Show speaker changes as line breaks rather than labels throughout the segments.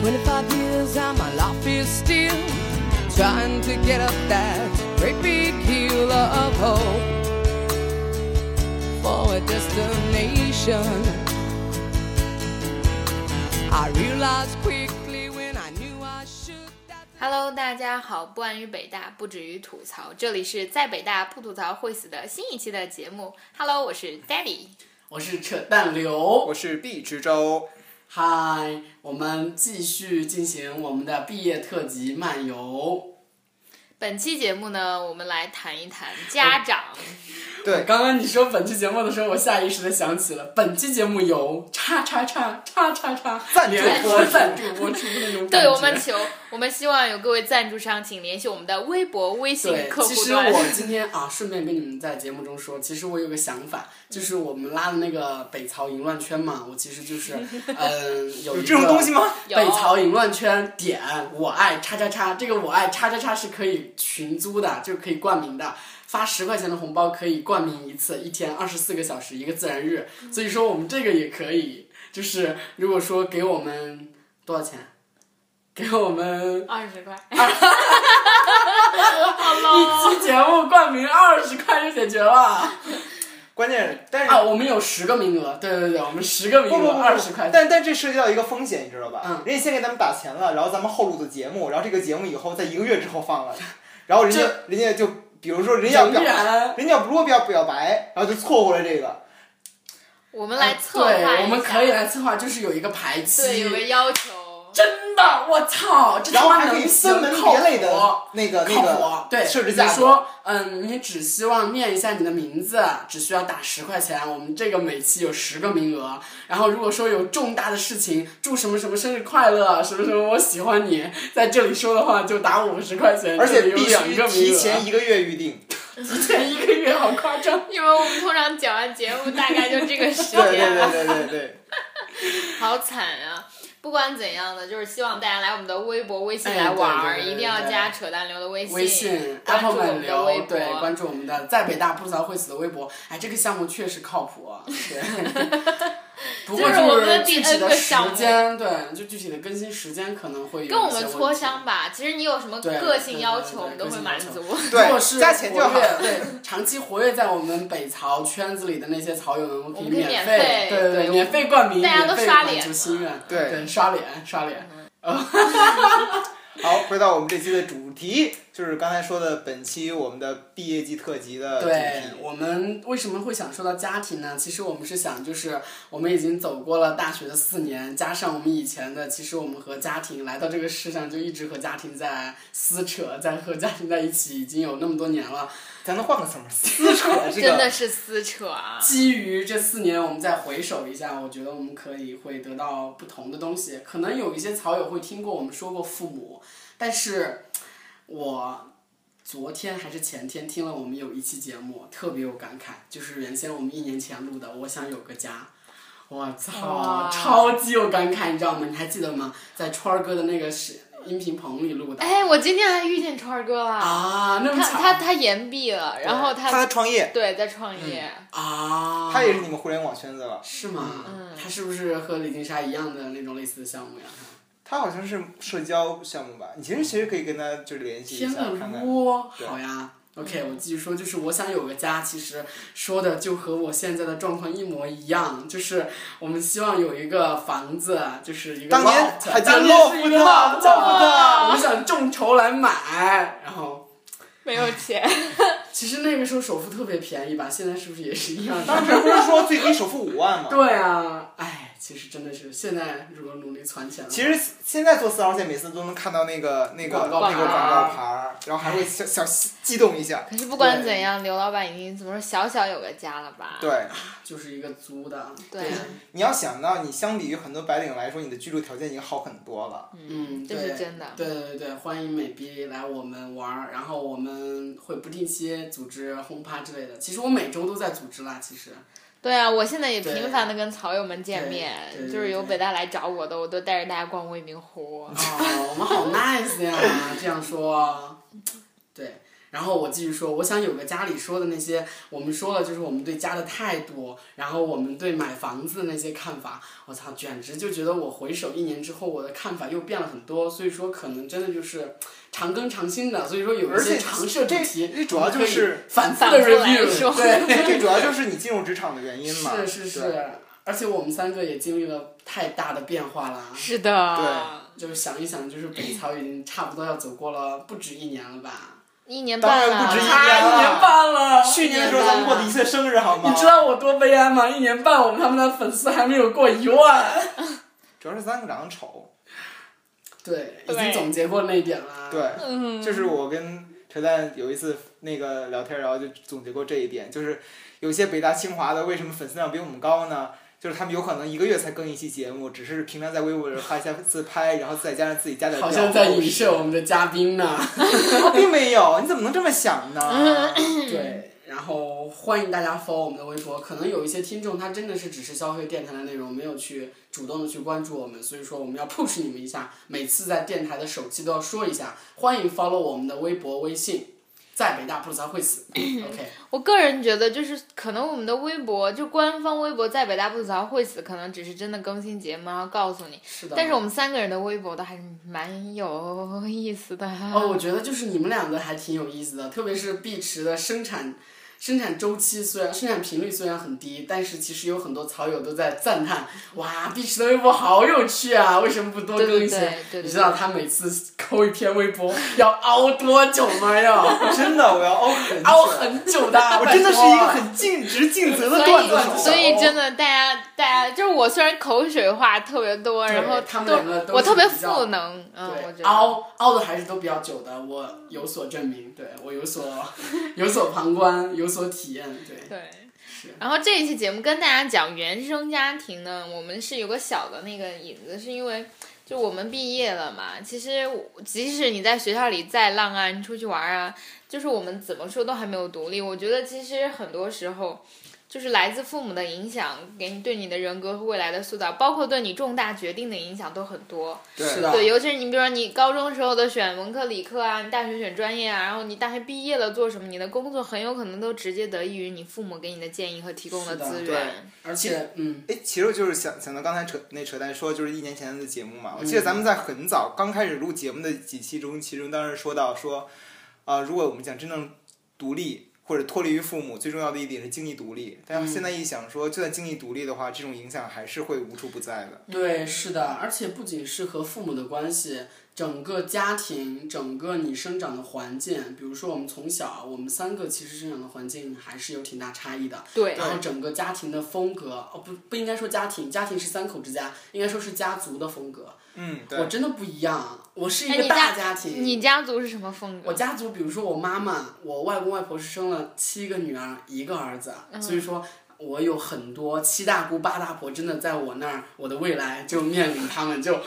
25 years and my life is still trying to get up that great big hill of hope for a destination. I realized quickly when I knew I should that.
Hello，大家好，不安于北大，不止于吐槽，这里是在北大不吐槽会死的新一期的节目。Hello，我是 Daddy。
我是扯淡刘，
我是毕之洲，
嗨，我们继续进行我们的毕业特辑漫游。
本期节目呢，我们来谈一
哎
谈家长。
对，
刚刚你说本期节目的时候，我下意识的想起了本期节目由叉叉叉叉叉叉
赞助播出
赞助播出那种感觉。
对我们求，我们希望有各位赞助商，请联系我们的微博、微信
对，
客
其
户
实
端。
我今天啊，顺便跟你们在节目中说，其实我有个想法，就是我们拉的那个北曹淫乱圈嘛，我其实就是 嗯、有
有
一
这种
个
东西吗？
有
北曹淫乱圈点我爱叉叉叉，这个我爱叉叉叉是可以群租的，就是可以冠名的，发十块钱的红包可以冠名一次，一天二十四个小时，一个自然日。
嗯
所以说我们这个也可以，就是如果说给我们多少钱，给我们
二十块，好喽。
一期节目冠名二十块就解决了。
关键是，但是、
啊，我们有十个名额，对对对，我们十个名
不不
额
不不
二十块，
但但这涉及到一个风险，你知道吧？
嗯
人家先给咱们打钱了，然后咱们后录的节目，然后这个节目以后在一个月之后放 了，然后人家人家就比如说人家要表，
仍然。
人家如果表表白，然后就错过了这个，
我们来
啊
策划一下，
对，我们可以来策划，就是有一个排期，
对有个要 求。
真的，我操，这
然
他
后
妈
还可以
能
分门
靠
别类的
谱
那个那
靠谱
个
对，
设置
比如
价格。
说，嗯，你只希望念一下你的名字，只需要打十块钱。我们这个每期有十个名额，然后如果说有重大的事情，祝什么什么生日快乐，什么什么我喜欢你，在这里说的话就打五十块钱，
而
这
且
里有
必
两
须
个名
提
额，
前一个月预 定，
提前一个月，好夸张。
因为我们通常讲完节目大概就这个时
对对
间了，
对对 对对，
好惨啊！不管怎样的，就是希望大家来我们的微博、微信
哎
来玩儿，
对对对
一定要加扯淡流的微
微信
关注
Apple
我
满
们的微
流，
博。
对，关注我们的在北大不槽会死的微博。哎，这个项目确实靠谱啊，对。 不过
这是我们的
是
第
具体
N 个
的时
项目
间，对，就具体的更新时间可能会有
跟我
一
们
些
磋
问题
商吧，其实你有什么
对
个性
对
要
对
求，
对
我们都
个
会
性
满
要求
足。
如果
对，
是
加钱就好
活。跃对，长期活跃在我们北曹圈子里的那些曹友们，我可以
我们可以免
免
费
对
对
对，免费冠名，
大家都
免费
刷
满
脸
足
嘛
心愿，
对
对，刷脸刷脸，
好，回到我们这期的主题，就是刚才说的本期我们的毕业季特辑的主
对
题。
我们为什么会想说到家庭呢？其实我们是想，就是我们已经走过了大学的四年，加上我们以前的，其实我们和家庭来到这个世上就一直和家庭在撕扯，在和家庭在一起已经有那么多年了。
咱能换个词吗？撕扯这
真的
个，
是撕扯啊！
基于这四年，我们再回首一下，我觉得我们可以会得到不同的东西。可能有一些草友会听过我们说过父母，但是我昨天还是前天听了我们有一期节目，特别有感慨，就是原先我们一年前录的《我想有个家》。我
哇
操，超级有感慨，你知道吗？你还记得吗？在川儿哥的那个是音频棚里录的
哎，我今天还遇见川儿哥了，
啊，那么
他他
巧
他延毕了，然后
他在创业，
对在创业，
啊！
他也是你们互联网圈子了。
是吗？
嗯
他是不是和李金莎一样的那种类似的项目呀？
他好像是社交项目吧？你其实其实可以跟他就是联系一
天
下，
鹅
看看。
窝，
对
好呀。OK，我
嗯
继续说，就是我想有个家，其实说的就和我现在的状况一模一样，就是我们希望有一个房子，就是一个
当年
loft，
还叫
当年是一个
loft，
loft，
叫不得
我们想众筹来买，然后
没有钱，
其实那个时候首付特别便宜吧，现在是不是也是一样的？
当时不是说最低首付五万吗？
对啊，哎，其实真的是现在如果努力攒起来的话，
其实现在做四号线，每次都能看到那个那个
广告牌
那个广告牌儿，然后还会小小激动一下。
可是不管
对
怎样，刘老板已经怎么说小小有个家了吧？
对，
就是一个租的，
对
你要想到，你相比于很多白领来说，你的居住条件已经好很多 了。
嗯，
这
对
是真的
对对对，欢迎美逼来我们玩儿，然后我们会不定期组织轰趴之类的。其实我每周都在组织啦，其实
对啊，我现在也
对
频繁的跟草友们见面
对对，对
就是有北大来找我的，我都带着大家逛未名湖
啊、。我们好 nice 呀，这样说，对。然后我继续说，我想有个家里说的那些，我们说了就是我们对家的态度，然后我们对买房子的那些看法，我操，简直就觉得我回首一年之后，我的看法又变了很多，所以说可能真的就是常更常新的，所以说有一
而且
些常设主
这
题，
这主要就是
反复
反
的
复来
review，
说
对，
这主要就是你进入职场的原因嘛。
是是
对。
是，而且我们三个也经历了太大的变化啦。
是的，
就是想一想，就是北曹已经差不多要走过了不止一年了吧？
一年
当
半
然
了，
不止一
啊，一年半了！
哦去年的时候咱们过的一次生日好吗？
你知道我多悲哀吗？一年半，我们他们的粉丝还没有过一万。
主要是咱长得丑，
对，已
对
经总结过那一点啦。
对，
嗯，
就是我跟扯淡有一次那个聊天，然后就总结过这一点，就是有些北大清华的为什么粉丝量比我们高呢？就是他们有可能一个月才更一期节目，只是平常在微博上发一下自拍，然后再加上自己加点料。
好像在影射我们的嘉 宾呢。
我并没有，你怎么能这么想 呢？
对，然后欢迎大家 follow 我们的微博。可能有一些听众他真的是只是消费电台的内容，没有去主动的去关注我们，所以说我们要 push 你们一下，每次在电台的首期都要说一下，欢迎 follow 我们的微博、微信，在北大不才 会死。OK，
我个人觉得，就是可能我们的微博，就官方微博在北大不吐槽会死，可能只是真的更新节目，然后告诉你。
是的。
但是我们三个人的微博都还是蛮有意思的。
哦，我觉得就是你们两个还挺有意思的，特别是碧池的生产生产周期虽然生产频率虽然很低，但是其实有很多草友都在赞叹，哇，碧池的微博好有趣啊，为什么不多
对对
更新？
对对
你
对
知道他每次抠一篇微博要熬多久吗？ 要
真的，我要凹很久
熬很久的，
我真的是一个
拜托
很尽职尽责的
所
段
以
子手。，
所以真的，大家，大家就是我，虽然口水话特别多，然后
他们
都
两个都
我
是
特别
比较
赋能，嗯，我觉
对，
得。
哦凹凹的还是都比较久的，我有所证明，对我有所有所旁观，有所体验，对。
对，然后这一期节目跟大家讲原生家庭呢，我们是有个小的那个引子，是因为就我们毕业了嘛。其实我即使你在学校里再浪啊，你出去玩啊，就是我们怎么说都还没有独立。我觉得其实很多时候。就是来自父母的影响，给你对你的人格和未来的塑造，包括对你重大决定的影响都很多。
对
是的
对，尤其是你，比如说你高中时候的选文科、理科啊，你大学选专业啊，然后你大学毕业了做什么，你的工作很有可能都直接得益于你父母给你的建议和提供
是的
资
对
源。
而且，嗯，
哎，其实就是想想到刚才扯那扯淡说，就是一年前的节目嘛。我记得咱们
嗯
在很早刚开始录节目的几期中，其中当时说到说，啊、如果我们想真正独立或者脱离于父母，最重要的一点是经济独立。但是现
嗯
在一想说，就算经济独立的话，这种影响还是会无处不在的。
对，是的，而且不仅是和父母的关系，整个家庭，整个你生长的环境，比如说我们从小，我们三个其实生长的环境还是有挺大差异的。
对
然后整个家庭的风格，哦不不应该说家庭，家庭是三口之家，应该说是家族的风格。
嗯，
我
对，
真的不一样，我是一
哎，
个
你
大
家
庭。
你家族是什么
嗯
风格？
我家族，比如说我妈妈，我外公外婆是生了七个女儿，一个儿子，
嗯
所以说我有很多七大姑八大婆，真的在我那儿，我的未来就面临他们就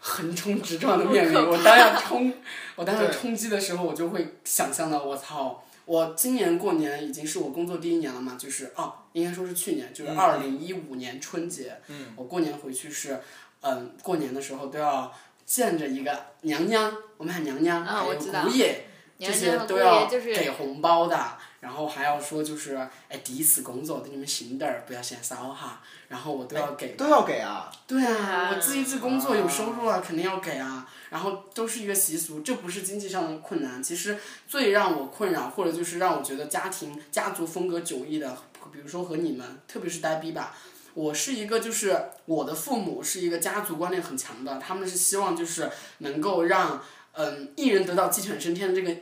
横冲直撞的面临。我当要冲，我当要
对
冲击的时候，我就会想象到，我操！我今年过年已经是我工作第一年了嘛，就是哦，应该说是去年，就是
嗯
二零一五年春节，我过年回去是，嗯，过年的时候都要见着一个娘娘，我们喊娘娘，
啊
还
我
有
知道
姑爷，
娘娘
这些
和
都
姑
要
爷就是
给红包的，然后还要说就是，哎，第一次工作对你们行点儿，不要嫌少哈，然后我都要给的，
都要给啊。
对啊
啊，
我自己这工作有收入了，肯定要给啊。然后都是一个习俗，这不是经济上的困难。其实最让我困扰，或者就是让我觉得家庭家族风格迥异的，比如说和你们，特别是呆逼吧。我是一个，就是我的父母是一个家族观念很强的，他们是希望就是能够让嗯一人得道鸡犬升天的这个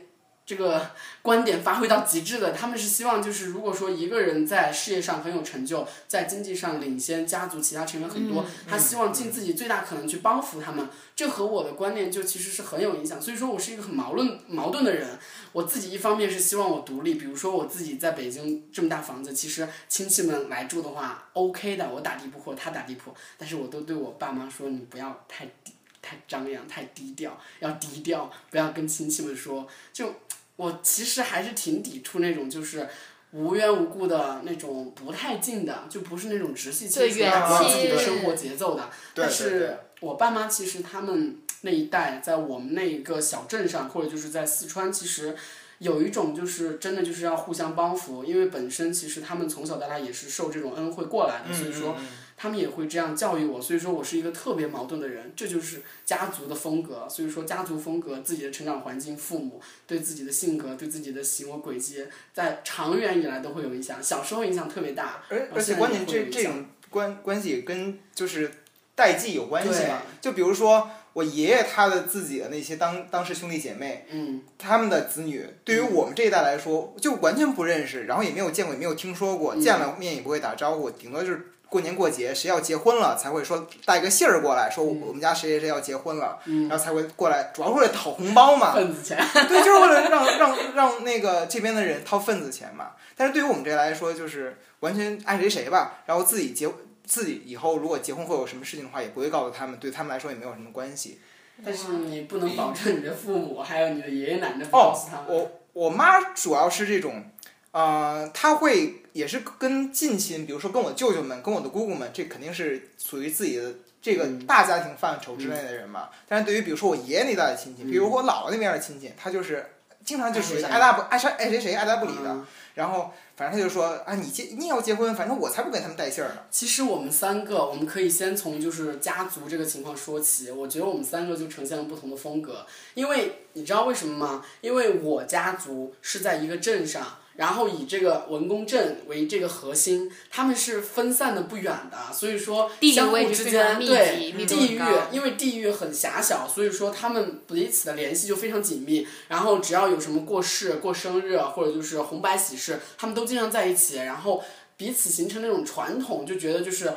这个观点发挥到极致的。他们是希望就是如果说一个人在事业上很有成就，在经济上领先家族其他成员很多，他希望尽自己最大可能去帮扶他们。这和我的观念就其实是很有影响。所以说我是一个很矛盾矛盾的人。我自己一方面是希望我独立，比如说我自己在北京这么大房子，其实亲戚们来住的话 OK 的，我打地铺或他打地铺，但是我都对我爸妈说你不要太低太张扬、太低调，要低调，不要跟亲戚们说。就我其实还是挺抵触那种就是。无缘无故的那种不太近的，就不是那种直系亲
对
属
远
打破自己的
亲
生活节奏的。
对
但
对对
是我爸妈其实他们那一代，在我们那一个小镇上，或者就是在四川，其实有一种就是真的就是要互相帮扶，因为本身其实他们从小到大也是受这种恩惠过
嗯
来的，所以说他们也会这样教育我，所以说我是一个特别矛盾的人，这就是家族的风格，所以说家族风格、自己的成长环境、父母对自己的性格、对自己的行为轨迹，在长远以来都会有影响，小时候影响特别大，
而
然后
而且
现在
关键
也会
这
有影
这
响
种关关系跟就是代际有关系
对
嘛。就比如说我爷爷他的自己的那些当当时兄弟姐妹，
嗯，
他们的子女对于我们这一代来说就完全不认识，然后也没有见过，也没有听说过，
嗯
见了面也不会打招呼，顶多就是。过年过节，谁要结婚了才会说带个信儿过来，说我我们家谁谁谁要结婚了，
嗯
然后才会过来，主要是为了讨红包嘛。
份子钱，
对，就是为了让让让那个这边的人掏份子钱嘛。但是对于我们这来说，就是完全爱谁谁吧。然后自己结自己以后如果结婚会有什么事情的话，也不会告诉他们，对他们来说也没有什么关系。
但是你不能保证你的父母还有你的爷爷奶奶不告
哦
诉他，们。
我我妈主要是这种，呃，她会也是跟近亲，比如说跟我舅舅们、跟我的姑姑们，这肯定是属于自己的这个
嗯嗯
大家庭范畴之内的人嘛。但是对于比如说我爷爷那代的亲戚，比如我姥姥那边的亲戚，他就是经常就属于
爱谁谁
爱答不爱谁爱谁谁爱答不理的。
嗯
然后反正他就说啊，你结你也要结婚，反正我才不给他们带信儿呢。
其实我们三个，我们可以先从就是家族这个情况说起。我觉得我们三个就呈现了不同的风格，因为你知道为什么吗？因为我家族是在一个镇上，然后以这个文工镇为这个核心，他们是分散的不远的，所以说
地理
相
位
互
置
之
非
间
常密集
对
密度
地域
很高，
因为地域很狭小，所以说他们彼此的联系就非常紧密。然后只要有什么过世、过生日或者就是红白喜事，他们都经常在一起，然后彼此形成那种传统，就觉得就是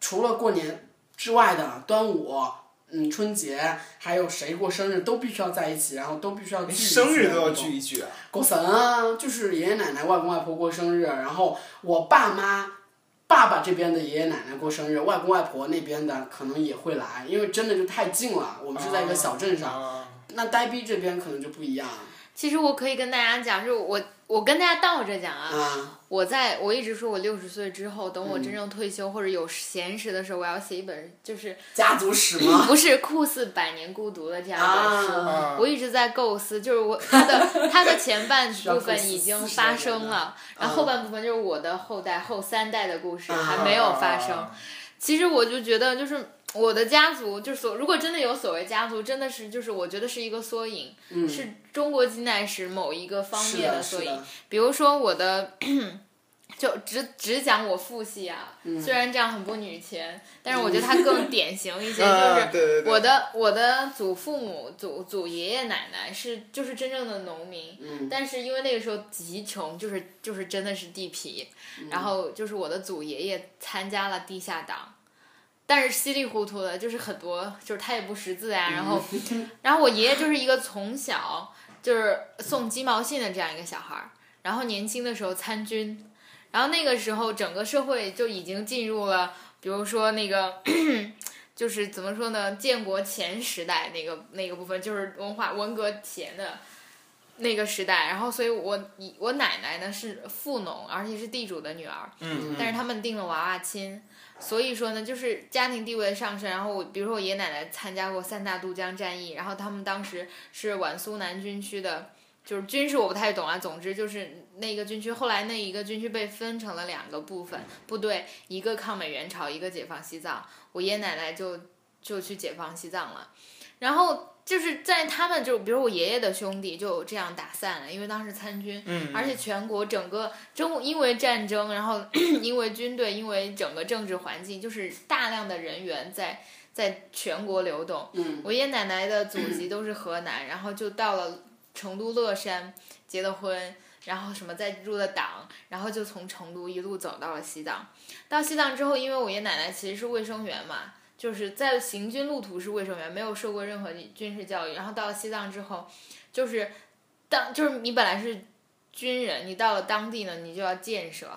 除了过年之外的端午。嗯，春节还有谁过生日都必须要在一起，然后都必须要聚一聚
生日都要
那种
聚一聚啊！
狗神啊，就是爷爷奶奶、外公外婆过生日，然后我爸妈、爸爸这边的爷爷奶奶过生日，外公外婆那边的可能也会来，因为真的就太近了，我们是在一个小镇上。
啊
那呆逼这边可能就不一样
其实我可以跟大家讲，就是我我跟大家倒着讲啊，
啊，
我在我一直说我六十岁之后，等我
嗯
真正退休或者有闲时的时候，我要写一本就是
家族史吗？
不是酷似《百年孤独》的这样的书。
啊
啊
我一直在构思，就是我它的它的前半部分已经发生
啊
了，然后后半部分就是我的后代后三代的故事
啊
还没有发生。
啊
其实我就觉得，就是我的家族，就是所如果真的有所谓家族，真的是就是我觉得是一个缩影，
嗯，
是中国近代史某一个方
是
面
的，
缩
是
影。
的，
比如说我的，就只只讲我父系啊，
嗯
虽然这样很不女权，但是我觉得它更 典型一些，
啊
就是。
对对对，
我的我的祖父母祖祖爷爷奶奶是就是真正的农民，
嗯
但是因为那个时候极穷，就是就是真的是地痞，
嗯
然后就是我的祖爷爷参加了地下党，但是稀里糊涂的，就是很多就是他也不识字啊，然后
嗯
然后我爷爷就是一个从小就是送鸡毛信的这样一个小孩儿，然后年轻的时候参军，然后那个时候整个社会就已经进入了，比如说那个。 就是怎么说呢？建国前时代那个那个部分，就是文化文革前的那个时代。然后，所以我我奶奶呢是富农，而且是地主的女儿。
嗯，
但是他们定了娃娃亲，所以说呢，就是家庭地位的上升。然后我，比如说我爷爷奶奶参加过三大渡江战役，然后他们当时是皖苏南军区的，就是军事我不太懂啊。总之就是那个军区，后来那一个军区被分成了两个部分部队，一个抗美援朝，一个解放西藏。我爷爷奶奶就就去解放西藏了，然后。就是在他们就比如我爷爷的兄弟就这样打散了，因为当时参军，
嗯
而且全国整个中因为战争，然后 因为军队，因为整个政治环境，就是大量的人员在在全国流动。
嗯
我爷爷奶奶的祖籍都是河南，然后就到了成都乐山结了婚，然后什么再入了党，然后就从成都一路走到了西藏。到西藏之后，因为我爷爷奶奶其实是卫生员嘛，就是在行军路途是卫生员，没有受过任何军事教育。然后到了西藏之后，就是当就是你本来是军人，你到了当地呢，你就要建设。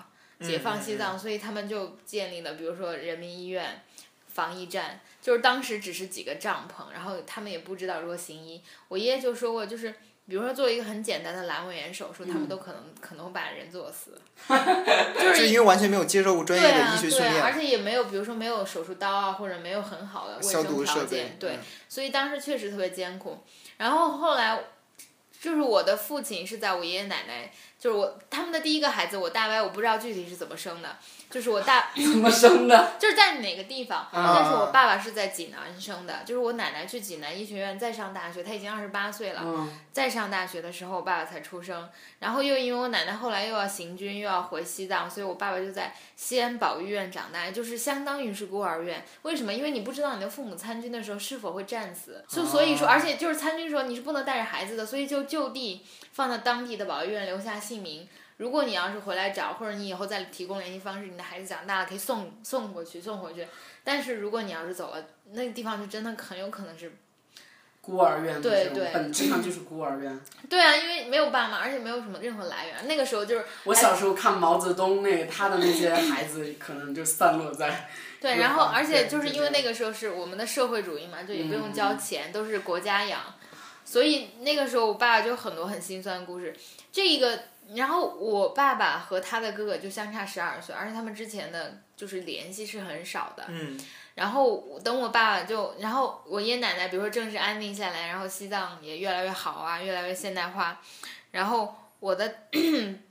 解放西
嗯
藏，所以他们就建立了，比如说人民医院、防疫站，就是当时只是几个帐篷，然后他们也不知道如何行医。我爷爷就说过，就是比如说做一个很简单的阑尾炎手术，他
嗯
们都可能可能把人做死，就
就是因为完全没有接受过专业
对
的
啊
医学训
对啊，而
练，
且也没有，比如说没有手术刀啊，或者没有很好的卫
消毒
生条
设备
件，对，
嗯
所以当时确实特别艰苦。然后后来就是我的父亲是在我爷爷奶奶，就是我他们的第一个孩子，我大概我不知道具体是怎么生的，就是我大
怎么生的？
就是在哪个地方，但是我爸爸是在济南生的，就是我奶奶去济南医学院再上大学，她已经二十八岁了，
嗯，
再上大学的时候，我爸爸才出生。然后又因为我奶奶后来又要行军，又要回西藏，所以我爸爸就在西安保育院长大，就是相当于是孤儿院。为什么？因为你不知道你的父母参军的时候是否会战死，就所以说，而且就是参军的时候你是不能带着孩子的，所以就就地放到当地的保育院留下姓名。如果你要是回来找，或者你以后再提供联系方式，你的孩子长大了可以送送过去，送回去。但是如果你要是走了，那个地方就真的很有可能是
孤儿院的
对
这种
对
本质上就是孤儿院。
对啊，因为没有爸妈，而且没有什么任何来源。那个时候就是
我小时候看毛泽东那他的那些孩子，可能就散落在
对，
有
然后
房
而且
对嗯
就是
就
因为
这
那个时候是我们的社会主义嘛，就也不用交钱，都是国家养，所以那个时候我爸爸就很多很心酸的故事。这一个，然后我爸爸和他的哥哥就相差十二岁，而且他们之前的就是联系是很少的。
嗯，
然后我等我爸爸就，然后我爷爷奶奶，比如说政治安定下来，然后西藏也越来越好啊，越来越现代化，然后我的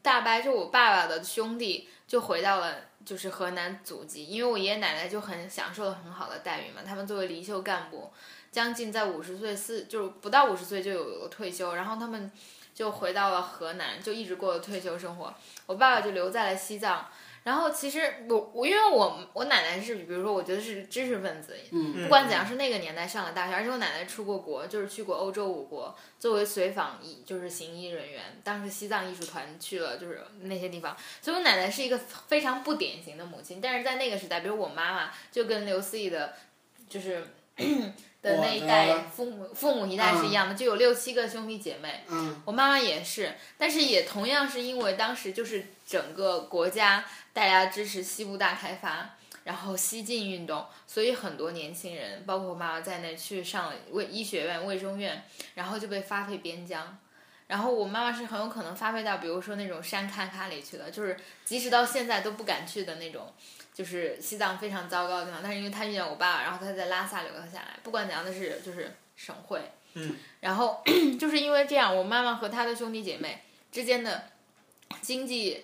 大伯就我爸爸的兄弟就回到了就是河南祖籍，因为我爷爷奶奶就很享受了很好的待遇嘛，他们作为离休干部，将近在五十岁四就是不到五十岁就有了退休，然后他们就回到了河南，就一直过了退休生活。我爸爸就留在了西藏。然后其实我我因为我我奶奶是比如说我觉得是知识分子，
嗯
不管怎样是那个年代上了大学，而且我奶奶出过国，就是去过欧洲五国，作为随访医就是行医人员，当时西藏艺术团去了就是那些地方，所以我奶奶是一个非常不典型的母亲，但是在那个时代，比如我妈妈就跟刘思义的，就是。 的那一
我嗯
代
的
父母父母一代是一样的，就有六七个兄弟姐妹，
嗯
我妈妈也是，但是也同样是因为当时就是整个国家大家支持西部大开发，然后西进运动，所以很多年轻人，包括我妈妈在内，去上了卫医学院、卫生院，然后就被发配边疆。然后我妈妈是很有可能发配到，比如说那种山咔咔里去的，就是即使到现在都不敢去的那种，就是西藏非常糟糕的地方。但是因为她遇见我爸爸，然后她在拉萨留了下来。不管怎样的是，就是省会。
嗯。
然后 就是因为这样，我妈妈和她的兄弟姐妹之间的经济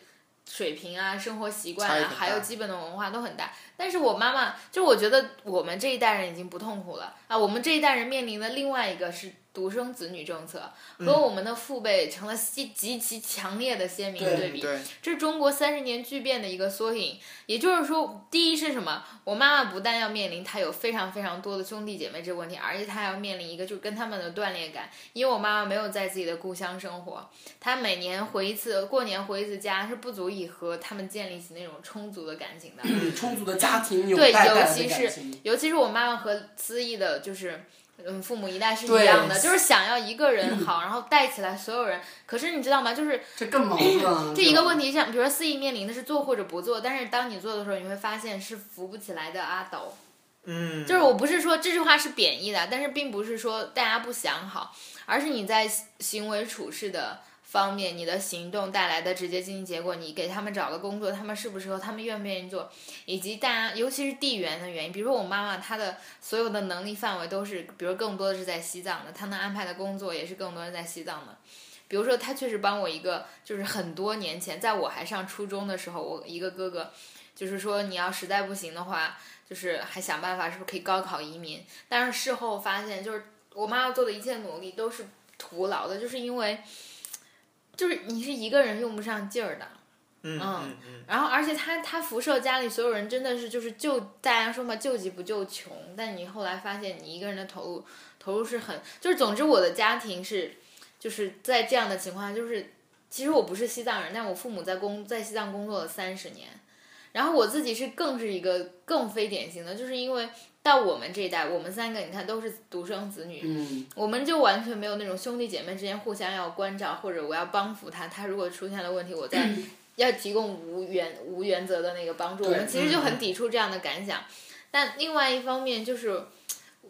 水平啊、生活习惯
差异
啊
很，大
还有基本的文化都很大。但是我妈妈，就我觉得我们这一代人已经不痛苦了啊，我们这一代人面临的另外一个是独生子女政策，和我们的父辈成了极极其强烈的鲜明
对
对比。
对，
这是中国三十年巨变的一个缩影。也就是说，第一是什么？我妈妈不但要面临她有非常非常多的兄弟姐妹这个问题，而且她还要面临一个就是跟他们的断裂感，因为我妈妈没有在自己的故乡生活，她每年回一次过年回一次家是不足以和他们建立起那种充足的感情的。
嗯，充足的家庭有
对，
代代
尤
的
其
感
是
情。
尤其是我妈妈和思义的，就是嗯，父母一代是一
对
样的，就是想要一个人好，然后带起来所有人。可是你知道吗？就是
这更矛盾了。
这一个问
题，
题，像比如说四亿面临的是做或者不做，但是当你做的时候，你会发现是扶不起来的啊阿斗。
嗯，
就是我不是说这句话是贬义的，但是并不是说大家不想好，而是你在行行为处事的方面，你的行动带来的直接经济结果，你给他们找的工作，他们适不适合，他们愿不愿意做，以及大家尤其是地缘的原因，比如说我妈妈她的所有的能力范围都是，比如更多的是在西藏的，她能安排的工作也是更多是在西藏的。比如说，她确实帮我一个，就是很多年前，在我还上初中的时候，我一个哥哥，就是说你要实在不行的话，就是还想办法是不是可以高考移民，但是事后发现，就是我妈要做的一切努力都是徒劳的，就是因为，就是你是一个人用不上劲儿的。
嗯嗯嗯，
然后，而且她她辐射家里所有人，真的是就是救大家说嘛，救急不救穷。但你后来发现，你一个人的投入投入是很，就是总之我的家庭是，就是在这样的情况下，就是其实我不是西藏人，但我父母在工在西藏工作了三十年，然后我自己是更是一个更非典型的，就是因为到我们这一代，我们三个你看都是独生子女，
嗯，
我们就完全没有那种兄弟姐妹之间互相要关照，或者我要帮扶他，他如果出现了问题，我再要提供无原无原则的那个帮助。我
对
们其实就很抵触这样的感想。但另外一方面就是，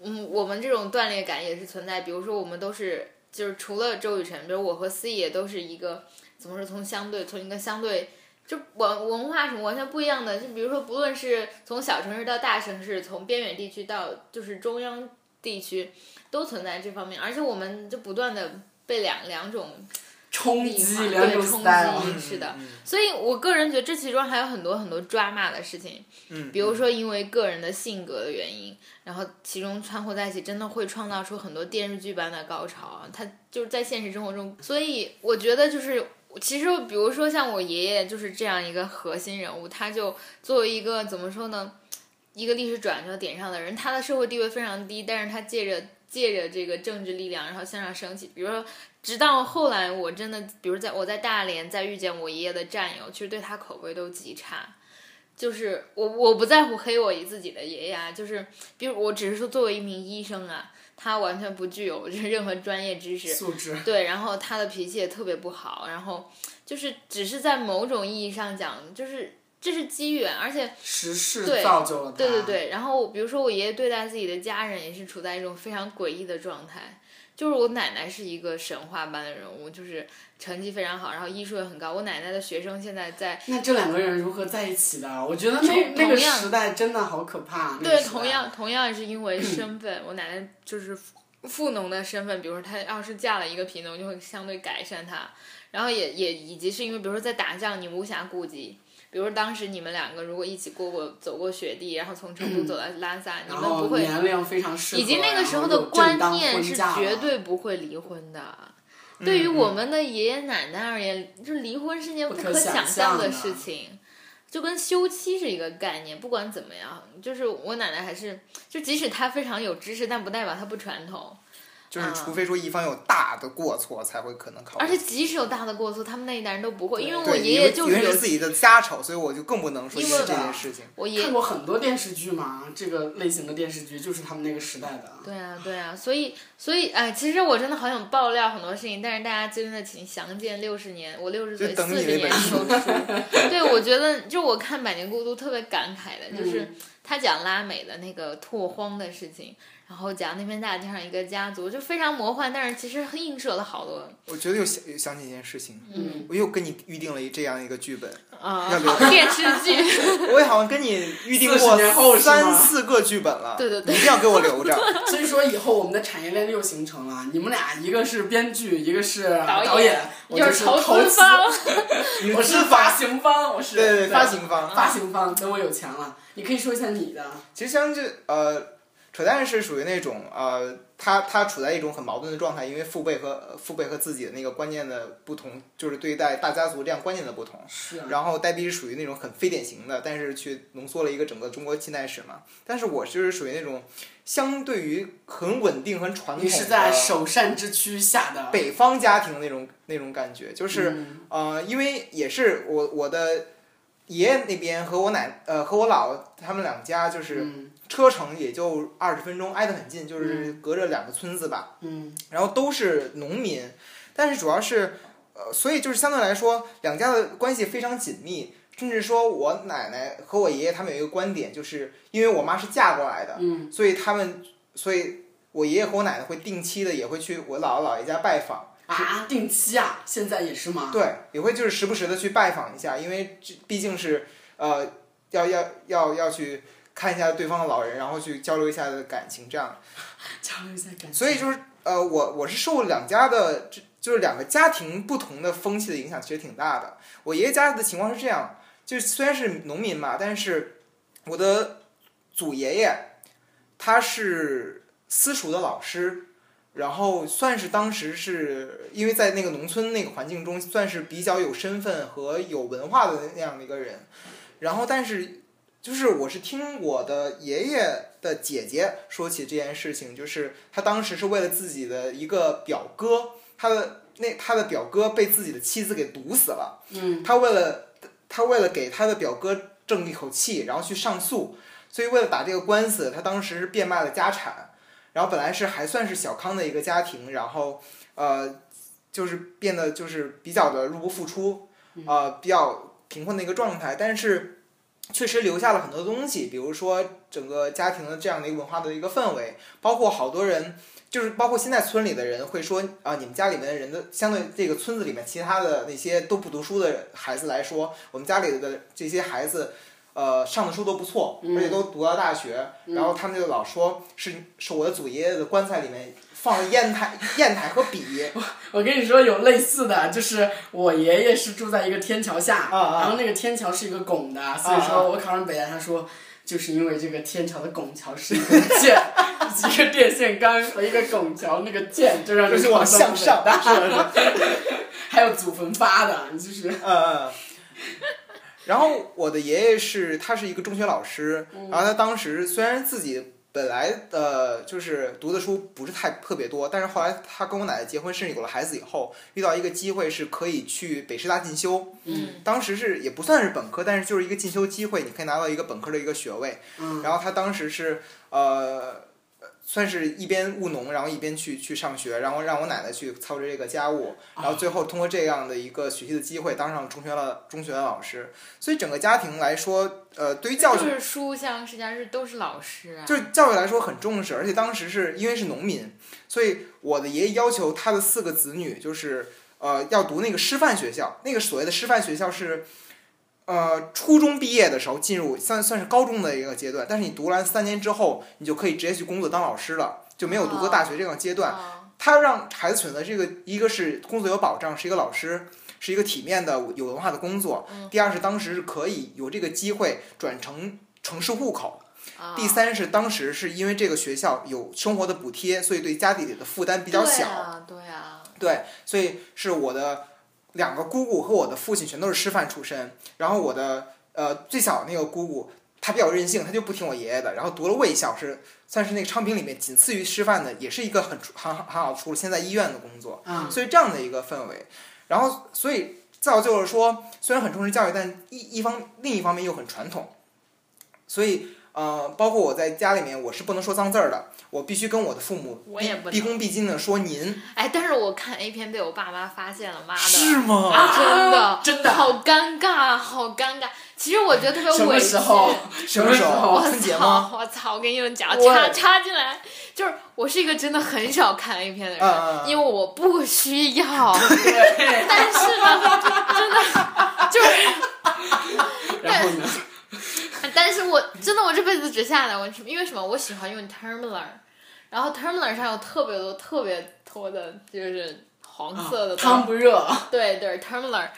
嗯，我们这种断裂感也是存在。比如说，我们都是就是除了周雨辰，比如我和思怡也都是一个怎么说，从相对从一个相对。就文文化什么完全不一样的，就比如说，不论是从小城市到大城市，从边远地区到就是中央地区，都存在这方面，而且我们就不断的被两两种
冲
厉
击
害
两
对
种
冲
style，嗯
击是的，所以我个人觉得这其中还有很多很多抓马的事情，
嗯，
比如说因为个人的性格的原因，然后其中掺和在一起，真的会创造出很多电视剧般的高潮啊！它就是在现实生活中，所以我觉得就是。其实，比如说像我爷爷就是这样一个核心人物，他就作为一个怎么说呢，一个历史转折点上的人，他的社会地位非常低，但是他借着借着这个政治力量，然后向上升起。比如说，直到后来我真的，比如在我在大连再遇见我爷爷的战友，其实对他口碑都极差。就是我我不在乎黑我自己的爷爷啊，就是比如我只是说作为一名医生啊，他完全不具有就是任何专业知识，
素质。
对，然后他的脾气也特别不好，然后就是只是在某种意义上讲，就是这是机缘，而且
时事
对
造就了他。
对对对，然后比如说我爷爷对待自己的家人也是处在一种非常诡异的状态。就是我奶奶是一个神话般的人物，就是成绩非常好，然后医术也很高。我奶奶的学生现在 在
那这两个人如何在一起的？我觉得那
同
那个
同样
时代真的好可怕。那个
对，
时代
同样同样也是因 为身份，我奶奶就是富富农的身份，比如说她要是嫁了一个贫农，就会相对改善她，然后也也以及是因为，比如说在打仗，你无暇顾及。比如说当时你们两个如果一起过过走过雪地，然后从成都走到拉萨，你
然
们
后
不会，
年龄非常适合，
以及那个时候
然
的
后又
观
正当
念
婚
是
嫁
绝
了嗯
对不会离婚的。对于我们的爷爷奶奶而言，就离婚是件
不
可
可想
想象
象的
事情，就跟休妻是一个概念。不管怎么样，就是我奶奶还是，就即使她非常有知识，但不代表她不传统。
就是除非说一方有大的过错，才会可能考
嗯
虑。
而且即使有大的过错，他们那一代人都不会，因为我
对
爷爷
因为
就
因
是
为
有
是自己的家丑，所以我就更不能说
因
因
为
为这件事情。
我爷
看过很多电视剧嘛，这个类型的电视剧就是他们那个时代的。
对啊，对啊，所以所以哎，其实我真的好想爆料很多事情，但是大家真的请详见六十年，我六十岁
就等
四
你
十
那
年
本
抽出。 对，我觉得就我看《百年孤独》特别感慨的，
嗯
就是他讲拉美的那个拓荒的事情，然后讲那边大街上一个家族，就非常魔幻，但是其实映射了好多
我觉得又想又想起一件事情，
嗯，
我又跟你预定了一这样一个剧本，
啊、
要留
好电视剧。
我也好像跟你预定
40年后
过
是吗
三四个剧本了，
对对对
你一定要给我 留着。
所以说以后我们的产业链又形成了，你们俩一个是编剧，一个是
导
导
演
我
就
就是投
投资方，
我是发嗯行方，我是
对对，发行方。
发行方。等我有钱了，你可以说一下你的。
其实像这呃，扯淡是属于那种呃，他他处在一种很矛盾的状态，因为父辈和呃父辈和自己的那个观念的不同，就是对待大家族这样观念的不同。
是啊
然后呆逼是属于那种很非典型的，但是去浓缩了一个整个中国近代史嘛。但是我就是属于那种相对于很稳定、很传统
你
的
是在首善之区下的，
北方家庭那种那种感觉，就是、
嗯
呃，因为也是我我的爷爷那边和我奶呃和我姥他们两家就是。
嗯
车程也就二十分钟，挨得很近，就是隔着两个村子吧。
嗯，
然后都是农民，但是主要是，呃，所以就是相对来说，两家的关系非常紧密。甚至说我奶奶和我爷爷他们有一个观点，就是因为我妈是嫁过来的，
嗯
所以他们，所以我爷爷和我奶奶会定期的也会去我姥姥姥爷家拜访。
啊，定期啊，现在也是吗？
对，也会就是时不时的去拜访一下，因为这毕竟是呃要要要要去看一下对方的老人，然后去交流一下的感情这样。
交流一下感情。
所以就是呃，我我是受两家的这就是两个家庭不同的风气的影响，其实挺大的。我爷爷家的情况是这样，就是虽然是农民嘛，但是我的祖爷爷他是私塾的老师。然后算是当时是因为在那个农村那个环境中，算是比较有身份和有文化的那样的一个人。然后，但是就是我是听我的爷爷的姐姐说起这件事情，就是她当时是为了自己的一个表哥，他的那他的表哥被自己的妻子给毒死了，
嗯，
他为了他为了给他的表哥争一口气，然后去上诉，所以为了打这个官司，他当时是变卖了家产，然后本来是还算是小康的一个家庭，然后呃就是变得就是比较的入不敷出，呃比较贫困的一个状态，但是。确实留下了很多东西，比如说整个家庭的这样的一个文化的一个氛围，包括好多人，就是包括现在村里的人会说啊，你们家里面的人的相对这个村子里面其他的那些都不读书的孩子来说，我们家里的这些孩子，呃上的书都不错，
嗯
而且都读到大学，然后他们就老说是是我的祖爷爷的棺材里面放了砚台、砚台和笔，
我跟你说有类似的，就是我爷爷是住在一个天桥下，
啊啊
然后那个天桥是一个拱的，所以说我考上北大，他说。就是因为这个天桥的拱桥是一根箭， 一个电线杆和一个拱桥，那个箭就让
就
你
是往向上，
的，
是不是？
还有祖坟发的，就是
嗯，然后我的爷爷是他是一个中学老师，然后他当时虽然自己本来呃就是读的书不是太特别多，但是后来他跟我奶奶结婚，甚至有了孩子以后，遇到一个机会是可以去北师大进修，
嗯，
当时是也不算是本科，但是就是一个进修机会，你可以拿到一个本科的一个学位。
嗯
然后他当时是呃。算是一边务农，然后一边去去上学，然后让我奶奶去操持这个家务，然后最后通过这样的一个学习的机会，当上中学了中学的老师。所以整个家庭来说，呃，对于教育
就是书香世家是都是老师啊，
就是教育来说很重视，而且当时是因为是农民，所以我的爷爷要求他的四个子女就是呃要读那个师范学校，那个所谓的师范学校是。呃，初中毕业的时候进入算算是高中的一个阶段，但是你读完三年之后，你就可以直接去工作当老师了，就没有读
哦
过大学这个阶段。
啊
他让孩子选择这个，一个是工作有保障，是一个老师，是一个体面的有文化的工作；
嗯
第二是当时是可以有这个机会转成城市户口；
啊
第三是当时是因为这个学校有生活的补贴，所以对家里的负担比较
对
小。
啊，对啊，
对，所以是我的两个姑姑和我的父亲全都是师范出身，然后我的呃最小的那个姑姑她比较任性，她就不听我爷爷的，然后读了卫校是算是那个昌平里面仅次于师范的，也是一个很出很很好出路，现在医院的工 作，
啊
所以这样的一个氛围，然后所以造就了说虽然很重视教育，但一一方另一方面又很传统，所以。呃，包括我在家里面，我是不能说脏字儿的，我必须跟我的父母
我
毕
也不
毕
能
恭毕敬的说您，
哎，但是我看 A 片被我爸妈发现了，妈的，啊
吗？
真的
啊真的
好尴尬，好尴尬。其实我觉得特
什
别
么
委屈
时。候？什么时
哦
候？
我
春节吗
操！我操！我跟你们讲，
我
插插进来，就是我是一个真的很少看 A 片的人，
嗯嗯嗯
因为我不需要。
对，
但是呢，真的就是
然后呢？
但是我真的我这辈子只下载过，因为什么？我喜欢用 Tumblr，然后 Tumblr 上有特别多特别多的，就是黄色的、
啊汤不热，
对对，Tumblr，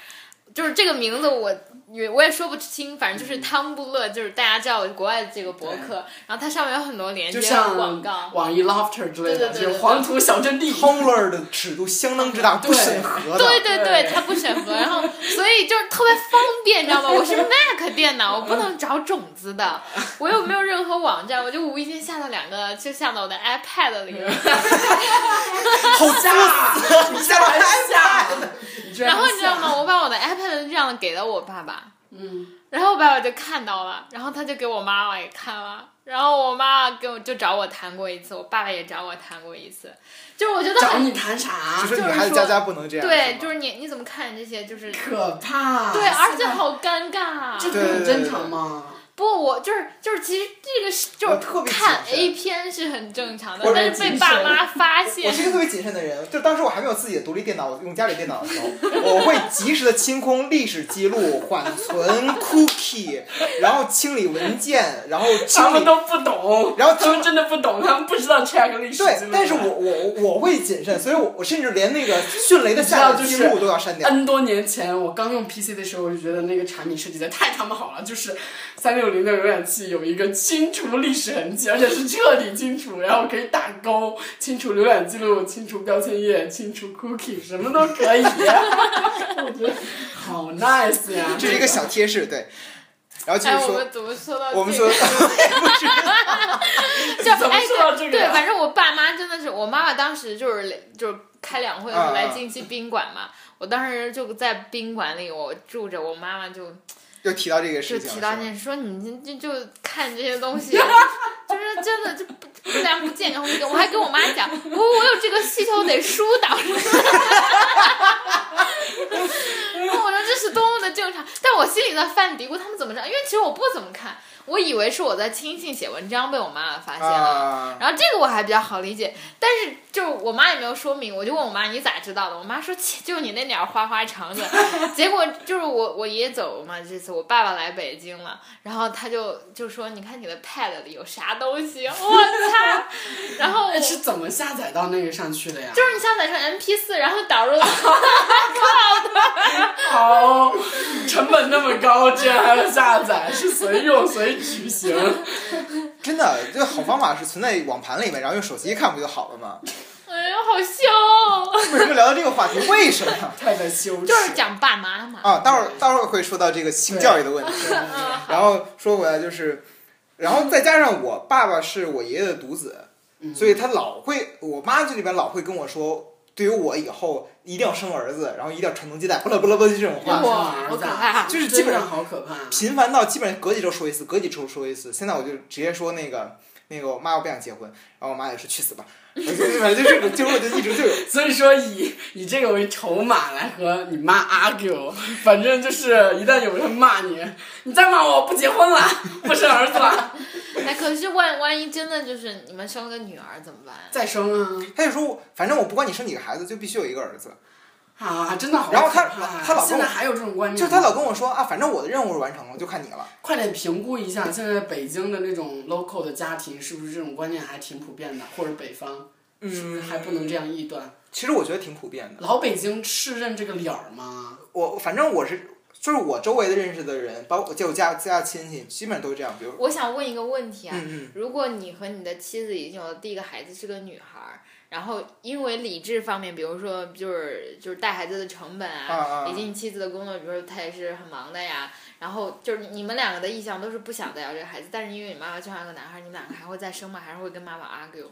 就是这个名字我也我也说不清，反正
嗯
就是汤布勒，就是大家知道国外的这个博客，然后它上面有很多连
就
接和
像
广告。
网易 Lofter 之类
对对
的，
对
就
对
是黄土小阵地。
Tumblr 的尺度相当之大，不审核的。
对对
对
它不审核，然后所以就是特别方便，你知道吗？我 是 Mac 电脑，我不
嗯
能找种子的，我又没有任何网站，我就无意间下到两个，就下到我的 iPad 里面，
好
下，
你下来
下，你居
然后
还
你知道
下
吗？我把我的 iPad 这样给了我爸爸，
嗯，
然后我爸爸就看到了，然后他就给我妈妈也看了，然后我妈妈跟我就找我谈过一次，我爸爸也找我谈过一次，就是我觉得
找
很
你谈啥
就？
就
是
是
女孩子
说
家家不能这样。
对，
吗
就是你你怎么看这些就是
可怕。
对，而且
现在
好尴尬啊。
这
对
个很
对对
正常嘛。
不，我就是就是，其实这个是就
我
是
特别
看
谨
A
慎
片是很正常的
我，
但是被爸妈发
我是一
现，
个特别谨慎的人，就当时我还没有自己的独立电脑，我用家里电脑的时候，我会及时的清空历史记录、缓存 cookie，然后清理文件，然后清
他们
理。
都不懂，
然后
他们真的不懂，他们不知道 check 历史记
对
录。，
但是我我我会谨慎，所以我我甚至连那个迅雷的下载记录都要删掉。
N 多年前，我刚用 PC 的时候，我就觉得那个产品设计的太他妈好了，就是三六零的浏览器有一个清除历史痕迹，而且是彻底清除，然后可以打勾，清除浏览记录，清除标签页，清除 cookie，什么都可以。 我觉得好 nice 呀！
这是一个小贴士，对。然后继
哎，
续
我
说
们，怎么说到
我们
这
说
个 就
怎么
哎
说到这
对
个
对，
呀
反正我爸妈真的是，我妈妈当时就是就是开两
啊
会的时候来经期宾馆嘛，我当时就在宾馆里我住着，我妈妈就
又提到这个
就
事情了，
提到
是
这
吧
件事，说你就就就看这些东西。 就是真的就不不良不健康，我还跟我妈讲，我我有这个需求得疏导。 然后我说这是多么的正常，但我心里在犯嘀咕，他们怎么着？因为其实我不怎么看，我以为是我在亲信写文章被我妈妈发现了，
啊。
然后这个我还比较好理解，但是就我妈也没有说明，我就问我妈你咋知道的？我妈说切就你那点儿花花肠子。结果就是我我爷走了嘛，这次我爸爸来北京了，然后他就就说你看你的 pad 里有啥东西，我擦！然后我
哎是怎么下载到那个上去的呀？
就是你下载成 MP 四，然后导入了
好，成本那么高，居然还要下载，是随用随举行。
真的，这好方法是存在网盘里面，然后用手机看不就好了吗？
哎呀，好羞、哦！
为什么聊到这个话题？为什么？
太在羞耻。
就是讲爸妈嘛。
啊，待会儿待会儿会说到这个性教育的问题。
嗯，
然后说回来就是，然后再加上我爸爸是我爷爷的独子，
嗯
所以他老会，我妈这里边老会跟我说，对于我以后一定要生儿子，然后一定要传宗接代，不啦不啦不啦就这种话，
哇，好可怕！
就是基本上
真的好可怕。
频繁到基本上隔几周说一次，隔几周说一次。现在我就直接说那个那个我妈我不想结婚，然后我妈也说去死吧，我就反正就这种结果就一直就有。
所以说以以这个为筹码来和你妈 argue，反正就是一旦有人骂你，你再骂我，我不结婚了，不生儿子了，
哎，可是万万一真的就是你们生了个女儿怎么办？
再生啊
她就说我，反正我不管你生几个孩子，就必须有一个儿子。
啊！真的好可
然
怕
后她
呀。
她老跟我
现在还有这种观念，
就是她老跟我说啊，反正我的任务是完成了，就看你了。
快点评估一下，现在北京的那种 local 的家庭是不是这种观念还挺普遍的，或者北方是不是还不能这样臆断？
其实我觉得挺普遍的。
老北京是认这个理儿吗？
我反正我是，就是我周围的认识的人，包括就我家家亲戚，基本上都这样。比如，
我想问一个问题啊，
嗯嗯，
如果你和你的妻子已经有了第一个孩子是个女孩儿，然后因为理智方面，比如说就是就是带孩子的成本
啊
啊，
啊
以及你妻子的工作，比如说她也是很忙的呀，然后就是你们两个的意向都是不想再要这个孩子，但是因为你妈妈就像个男孩儿，你们两个还会再生吗？还是会跟妈啊妈 argue？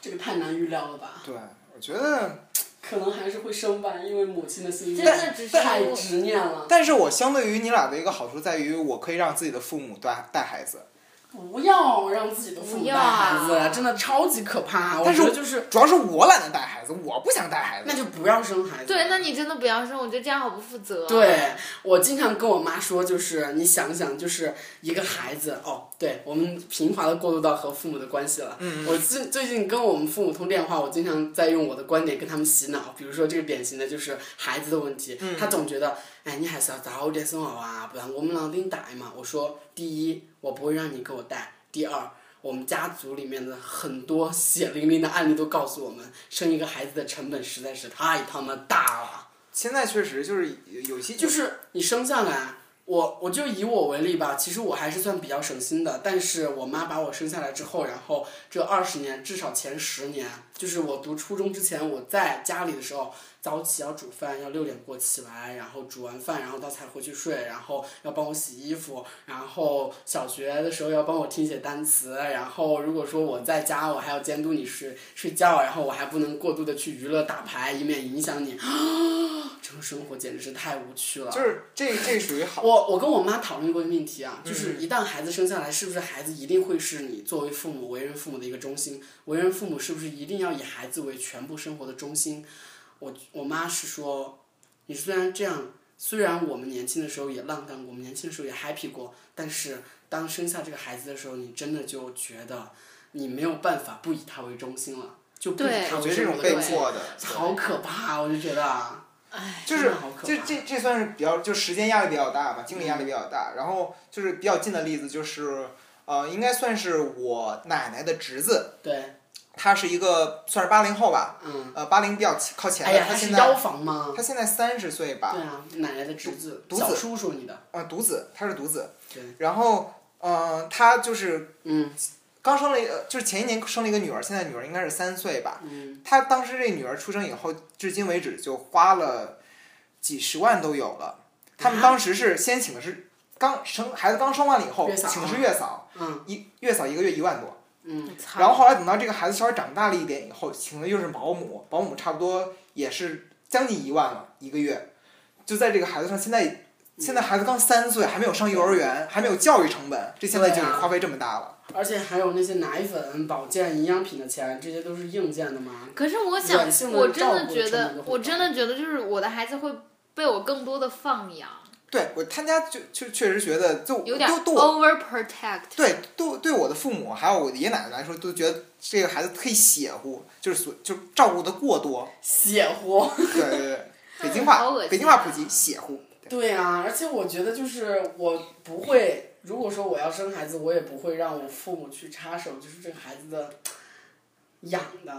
这个太难预料了吧？
对，我觉得，
可能还是会生吧，因为母亲的心
真
愿
的只是
太执念了。
但是我相对于你俩的一个好处在于，我可以让自己的父母带带孩子。
不要让自己的父母带孩
不要啊
子，真的超级可怕。我
但是
觉
我
得就是，
主要是我懒得带孩子，我不想带孩
那
子。
就不要生孩子。
对，那你真的不要生，我觉得这样好不负责。，
对我经常跟我妈说，就是你想想，就是一个孩子哦，对我们平滑的过渡到和父母的关系了。嗯我最最近跟我们父母通电话，我经常在用我的观点跟他们洗脑，比如说这个典型的就是孩子的问题，他总觉得，哎，你还是要早点生娃啊，不然我们老给你打嘛。我说，第一，我不会让你给我带；第二。我们家族里面的很多血淋淋的案例都告诉我们，生一个孩子的成本实在是太他妈大了。
现在确实就是有有些
就是你生下来，我我就以我为例吧，其实我还是算比较省心的。但是我妈把我生下来之后，然后这二十年，至少前十年，就是我读初中之前，我在家里的时候，早起要煮饭，要六点过起来，然后煮完饭，然后她才回去睡，然后要帮我洗衣服，然后小学的时候要帮我听写单词，然后如果说我在家，我还要监督你睡睡觉，然后我还不能过度的去娱乐打牌，以免影响你。 这种生活简直是太无趣了。
就是这这属于好，
我我跟我妈讨论过一个命题啊，就是
嗯
一旦孩子生下来，是不是孩子一定会是你作为父母为人父母的一个中心？为人父母是不是一定要以孩子为全部生活的中心？我我妈是说，你虽然这样，虽然我们年轻的时候也浪荡过，我们年轻的时候也 happy 过，但是当生下这个孩子的时候，你真的就觉得你没有办法不以他为中心了，就不以
对
他
我觉
为
得这
生
种
活的
被
中心，
迫的，
好可怕，我就觉得啊。
就是
真的好可怕
这这这算是比较，就时间压力比较大吧，精力压力比较
嗯
大。然后就是比较近的例子就是，呃，应该算是我奶奶的侄子，
对，
他是一个算是八零后吧，
嗯，
呃，八零比较靠前
哎
的，
呀，
他
他是
现
妖
在
房吗？
他现在三十岁吧，
对啊，奶奶的侄子，
独子
小叔叔你的，
呃，独子，他是独子
对。
然后，呃，他就是
嗯
刚生了一个，就是前一年生了一个女儿，现在女儿应该是三岁吧。
嗯，
他当时这女儿出生以后，至今为止就花了几十万都有了。他
啊
们当时是先请的是刚生孩子刚生完了以后，
月嫂
请的是月嫂，
嗯
一月嫂一个月一万多。
嗯，
然后后来等到这个孩子稍微长大了一点以后，请的又是保姆，保姆差不多也是将近一万了一个月，就在这个孩子上，现
嗯
在现在孩子刚三岁，还没有上幼儿园，还没有教育成本，这现在就
对
是
啊
花费这么大了。
而且还有那些奶粉、保健、营养品的钱，这些都是硬件的嘛。
可是我想
软性，的
我真
照
的
顾
觉
成本
得
就，会
我
高
真的觉得就是我的孩子会被我更多的放养。
对我他家就就确实觉得就
有点哦
都对我
overprotect。
对对对我的父母还有我的爷爷奶奶来说，都觉得这个孩子忒邪乎，就是所就照顾的过多。
邪乎。
对对对，北 京
好
话
恶心啊
北京话普及邪乎。对
对啊，而且我觉得就是我不会，如果说我要生孩子，我也不会让我父母去插手，就是这个孩子的养的。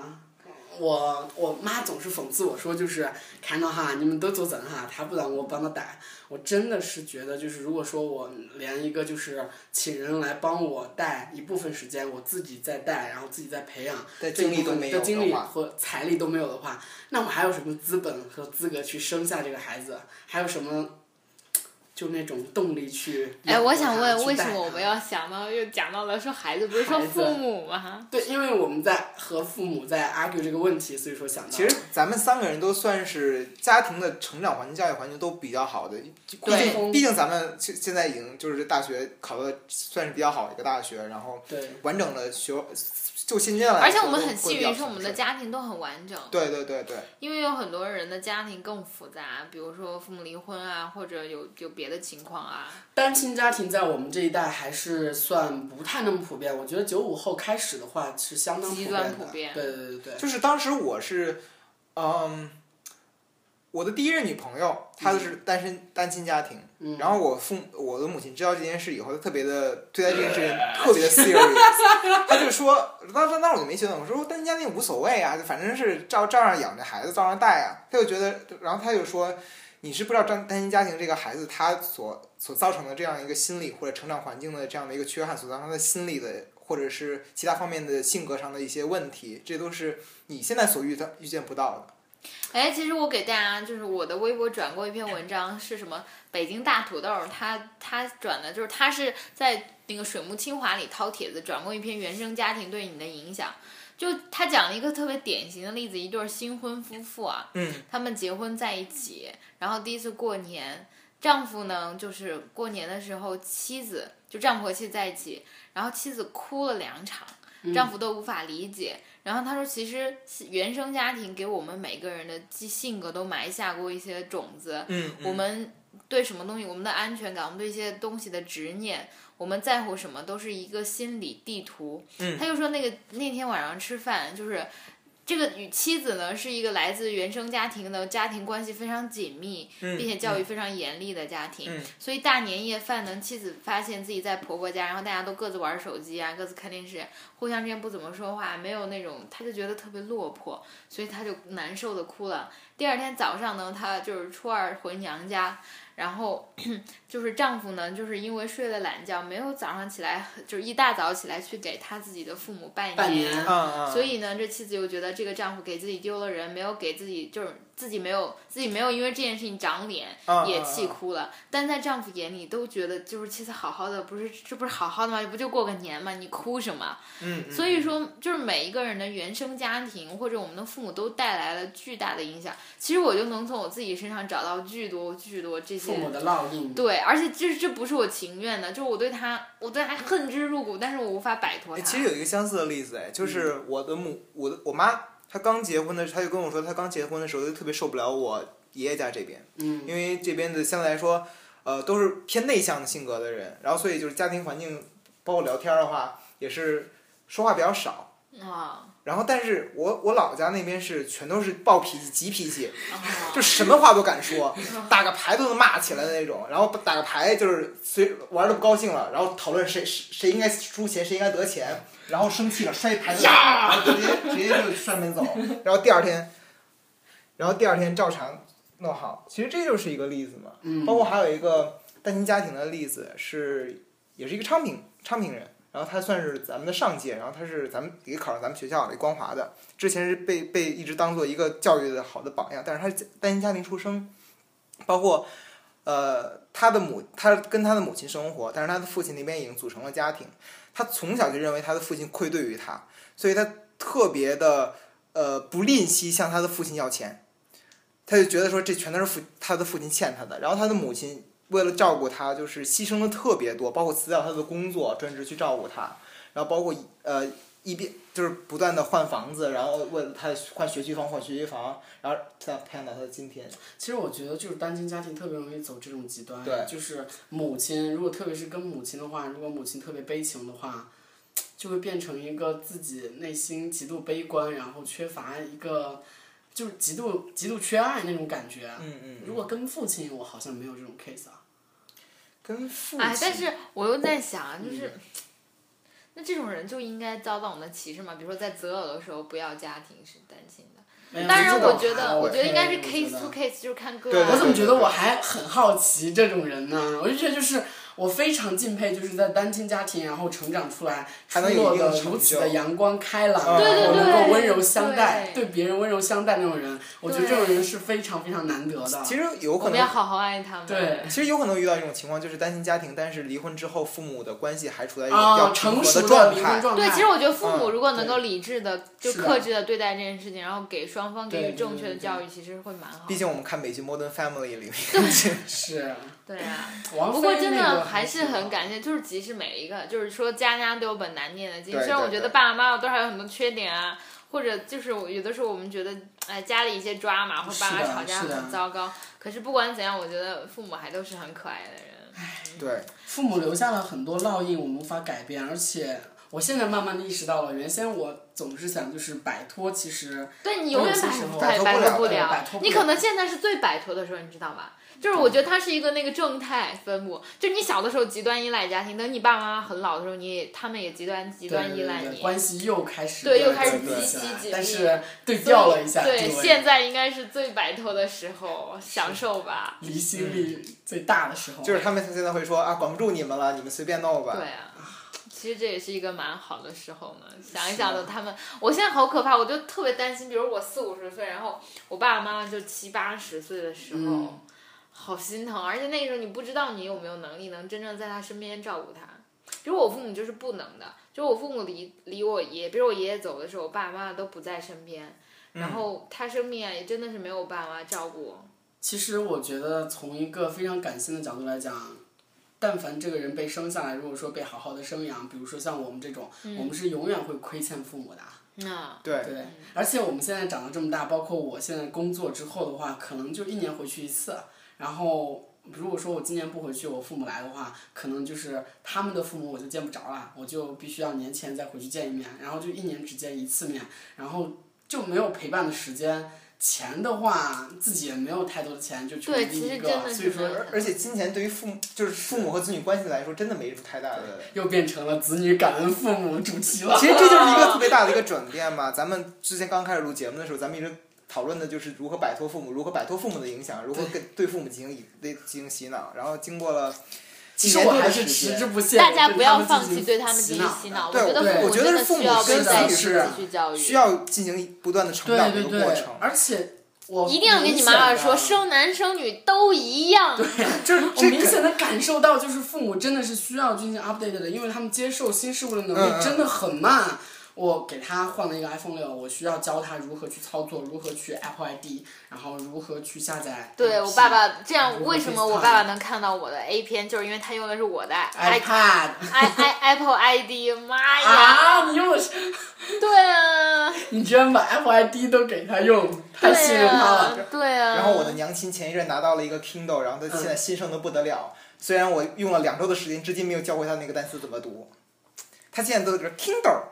我我妈总是讽刺我说，就是看到哈，你们都做怎哈，她不让我帮她带。我真的是觉得，就是如果说我连一个就是请人来帮我带一部分时间，我自己再带，然后自己再培养，
的
这一
精力
部
都
分
没
的
有
精力
话，
和财力都没有的话，那我还有什么资本和资格去生下这个孩子？还有什么就那种动力去？
哎，我想问，
去
为
带
什么我们
他
要想到又讲到了说孩子，不是说
孩子
父母吗？
对？因为我们在和父母在 argue 这个问题，所以说想到
其实咱们三个人都算是家庭的成长环境、教育环境都比较好的，毕
对
嗯
竟毕竟咱们现现在已经就是大学考的算是比较好的一个大学，然后
对
完整的学，就现在来说
而且我们很幸运，
会比
是
较
我们的
顺
家庭都很完整。
对对对对，
因为有很多人的家庭更复杂，比如说父母离婚啊，或者有有别的情况啊。
单亲家庭在我们这一代还是算不太那么普遍。我觉得九五后开始的话是相当普
极
遍
端
的。
普遍
对对对对
就是当时我是，嗯，我的第一任女朋友
嗯
她是单身单亲家庭，
嗯
然后我父母我的母亲知道这件事以后，她特别的对待这件事情特别的 serious，她就说，当时那我就没觉得，我说单亲家庭无所谓啊，反正是照照样养这孩子，照样带啊，她就觉得，然后她就说。你是不知道单单亲家庭这个孩子他所所造成的这样一个心理或者成长环境的这样的一个缺憾，所造成的心理的或者是其他方面的性格上的一些问题，这都是你现在所遇到遇见不到的。
哎，其实我给大家就是我的微博转过一篇文章，是什么？北京大土豆儿，他他转的就是他是在那个水木清华里掏帖子转过一篇《原生家庭对你的影响》，就他讲了一个特别典型的例子，一对儿新婚夫妇啊，
嗯，
他们结婚在一起，然后第一次过年，丈夫呢就是过年的时候，妻子就丈夫和妻子在一起，然后妻子哭了两场，丈夫都无法理解。然后他说，其实原生家庭给我们每个人的性性格都埋下过一些种子，
嗯
我们对什么东西，我们的安全感，我们对一些东西的执念，我们在乎什么，都是一个心理地图。
嗯
他就说那个那天晚上吃饭，就是这个与妻子呢是一个来自原生家庭的家庭关系非常紧密，
嗯
并且教育非常严厉的家庭，
嗯
所以大年夜饭呢，妻子发现自己在婆婆家，然后大家都各自玩手机啊，各自看电视，互相之间不怎么说话，没有那种，她就觉得特别落魄，所以她就难受的哭了。第二天早上呢，她就是初二回娘家，然后 就是丈夫呢，就是因为睡了懒觉，没有早上起来，就是一大早起来去给他自己的父母
拜年
嗯嗯，
所以呢，这妻子又觉得这个丈夫给自己丢了人，没有给自己就是自己没有自己没有因为这件事情长脸，
嗯
也气哭了。但在丈夫眼里都觉得就是妻子好好的，不是这不是好好的吗？不就过个年吗？你哭什么？
嗯，嗯
所以说，就是每一个人的原生家庭或者我们的父母都带来了巨大的影响。其实我就能从我自己身上找到巨多巨多这些
父母的烙印。
对，而且这这不是我情愿的，就是我对他，我对他恨之入骨，但是我无法摆脱
哎
他。
其实有一个相似的例子，哎，就是我的母，我的我妈，她刚结婚的时候，她就跟我说，她刚结婚的时候就特别受不了我爷爷家这边，
嗯，
因为这边的相对来说，呃，都是偏内向的性格的人，然后所以就是家庭环境，包括聊天的话，也是说话比较少。
啊
然后，但是我我老家那边是全都是暴脾气、急脾气，
啊，
就什么话都敢说，打个牌都能骂起来的那种。然后打个牌就是随玩的不高兴了，然后讨论谁谁谁应该输钱，谁应该得钱，然后生气了摔牌子，然后直接直接就摔门走。然后第二天，然后第二天照常弄好。其实这就是一个例子嘛。
嗯
包括还有一个单亲家庭的例子是，也是一个昌平昌平人，然后他算是咱们的上届，然后他是咱们也考上咱们学校的光华的，之前是被被一直当做一个教育的好的榜样，但是他是单亲家庭出生，包括呃他的母他跟他的母亲生活，但是他的父亲那边已经组成了家庭，他从小就认为他的父亲愧对于他，所以他特别的呃不吝惜向他的父亲要钱。他就觉得说这全都是父他的父亲欠他的，然后他的母亲为了照顾他，就是牺牲了特别多，包括辞掉他的工作，专职去照顾他，然后包括呃一边就是不断的换房子，然后为了他换学区房换学区房，然后培养培养到他的今天。
其实我觉得就是单亲家庭特别容易走这种极端，
对
就是母亲，如果特别是跟母亲的话，如果母亲特别悲情的话，就会变成一个自己内心极度悲观，然后缺乏一个就是极度极度缺爱那种感觉。
嗯嗯，
如果跟父亲，我好像没有这种 case 啊。
跟父亲。
哎，但是我又在想，啊就是、那这种人就应该遭到我们的歧视嘛？比如说在择偶的时候不要家庭是单亲的，
没有
当然
嗯这种
我觉
还哎
得，
我
我觉得应该是
我觉
case
得
to case，就是看个
对
案。
对
我怎么觉得我还很好奇这种人呢？我就觉得就是我非常敬佩，就是在单亲家庭然后成长出来，出
还能有
落
一定的
的
成
如此
就嗯
的阳光开朗，
对
然后
对
能
对
够温柔相待，
对
对别人温柔相待那种人，我觉得这种人是非常非常难得的。
其实有
我
可
们要
能，
好好爱他们。
对，
其实有可能遇到一种情况，就是单亲家庭，但是离婚之后父母的关系还处在一种
哦
比较
啊，
平
成
和
熟
状
离婚
态。
状态，
对，其实我觉得父母
嗯
如果能够理智的、就是
的
克制的对待这件事情，然后给双方
对
给
对
予
对
正确的
对
教育，其实会蛮好
毕
的。
竟我们看美剧《Modern Family》里面，
是
对啊，
王
不
菲
过真
那个
的还是很
感。
感谢，就是即使每一个，就是说家家都有本难念的经。
对
虽然
对
我觉得
对
爸爸妈妈都还有很多缺点啊，或者就是我有的时候我们觉得，哎，家里一些抓马或爸妈
是的
吵架
是的
很糟糕。可是不管怎样，我觉得父母还都是很可爱的人。
对，
父母留下了很多烙印，我们无法改变，而且我现在慢慢的意识到了，原先我总是想就是摆脱，其嗯实
对你永远
有些时候
摆
摆脱
摆
不
脱
了
不
对
了
摆脱，不
你
了
可能现在是最摆脱的时候，你知道吧？就是我觉得它是一个那个正态分布，就是你小的时候极端依赖家庭，等你爸爸妈妈很老的时候，你也他们也极端极
对
端依
对
赖
对，
你。
关系又开始
对
对
又开始
积
起来
积紧
但
密
是对调了一下，
对，
地位
现在应该是最摆脱的时候，享受吧。
离心力最大的时候，
嗯就是他们现在会说啊，管不住你们了，你们随便弄吧。
对啊，其实这也是一个蛮好的时候呢。
啊
想一想的，他们，我现在好可怕，我就特别担心，比如我四五十岁，然后我爸爸妈妈就七八十岁的时候。
嗯
好心疼，而且那个时候你不知道你有没有能力能真正在他身边照顾他。比如我父母就是不能的，就是我父母离离我爷，比如我爷爷走的时候，我爸爸妈妈都不在身边，然后他生病啊，也真的是没有爸妈照顾。
其实我觉得，从一个非常感性的角度来讲，但凡这个人被生下来，如果说被好好的生养，比如说像我们这种，
嗯
我们是永远会亏欠父母的啊。
那
对
对，而且我们现在长到这么大，包括我现在工作之后的话，可能就一年回去一次。然后如果说我今年不回去，我父母来的话，可能就是他们的父母我就见不着了，我就必须要年前再回去见一面，然后就一年只见一次面，然后就没有陪伴的时间。钱的话，自己也没有太多的钱，就穷
对
逼
其实
一
真的
个，
是
所以
这样
说
而而且金钱对于父母，就是父母和子女关系来说，真的没太大的。
又变成了子女感恩父母主题了。
其实这就是一个特别大的一个转变嘛。咱们之前刚开始录节目的时候，咱们一直讨论的就是如何摆脱父母，如何摆脱父母的影响，如何跟对父母进行以对进行洗脑。然后经过了
其实我还是持之不懈地
大
对他
家
们进行洗脑的，
不要放弃对他们进行洗脑，
对
觉得
对
父母
我觉得
真的
是父
需
母
要
跟
被再
子女
次
是
去教育，
需要进行不断的成长的
对
一个
对
过
对
程，。
而且我
一定要跟你
明
妈妈
显地
说， 生男生女都一样。
就是
我
这
明
个
显的感受到，就是父母真的是需要进行 update 的，因为他们接受新事物的能
嗯嗯
力真的很慢。我给他换了一个 iPhone 六，我需要教他如何去操作，如何去 Apple ID，然后如何去下载 APP。
对我爸爸这样，
如何
为什么
FaceTime
我爸爸能看到我的 A 片，就是因为他用的是我的
哎
i
iPad
i i Apple ID。妈
啊，
呀！
你用的是，
对啊，
你居然把 Apple ID 都给他用， 太信
对
任他
啊
了。，
对
嗯
啊。
然后我的娘亲前一阵拿到了一个 Kindle，然后她现在心盛的不得了。虽然我用了两周的时间，至今没有教会她那个单词怎么读，她现在都是 Kindle。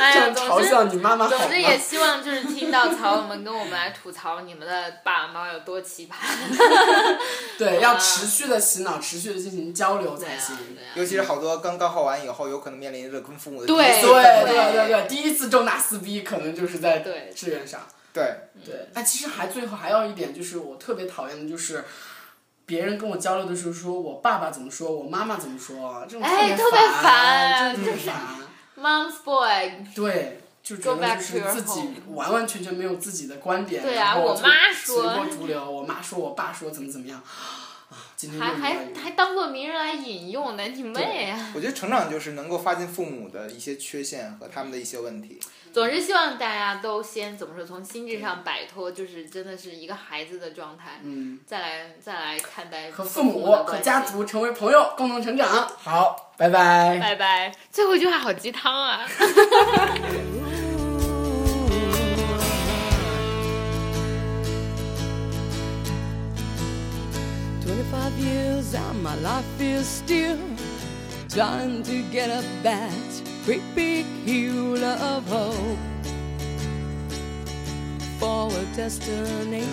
哎呀，
就
总
嘲
之
笑你妈妈好
总
吗
之也希望就是听到草友们跟我们来吐槽你们的爸爸妈妈有多奇 葩。
对，要持续的洗脑，持续的进行交流才行。
尤其是好多刚高考完以后，有可能面临着跟父母的
对
第一次
对
分离
对对对，第一次重大撕逼可能就是在
对嗯
志愿上。
对
对，哎，其实还最后还有一点就是我特别讨厌的就是。别人跟我交流的时候，说我爸爸怎么说，我妈妈怎么说，啊这种
哎特别
别
烦
真的
就是
很烦。
Mom's boy，
对，就觉
Go
得
back
就
to
是
your
自己
home
完完全全没有自己的观点，
对啊
然后
我
就
妈
随
说
波逐流，我妈说，我爸说怎么怎么样，啊，今天又
还
遇到
还
一个
还当做名人来引用呢，你妹啊！
我觉得成长就是能够发现父母的一些缺陷和他们的一些问题。
总之，希望大家都先怎么说，从心智上摆脱，就是真的是一个孩子的状态，
嗯，
再来再来看待
和父
父
母
母的
和
关
家
系。
族成为朋友，共同成长。好，拜拜。
拜拜，最后一句话好鸡汤 啊！
25 years and my life is still trying to get up that great big hill of hope for a destination.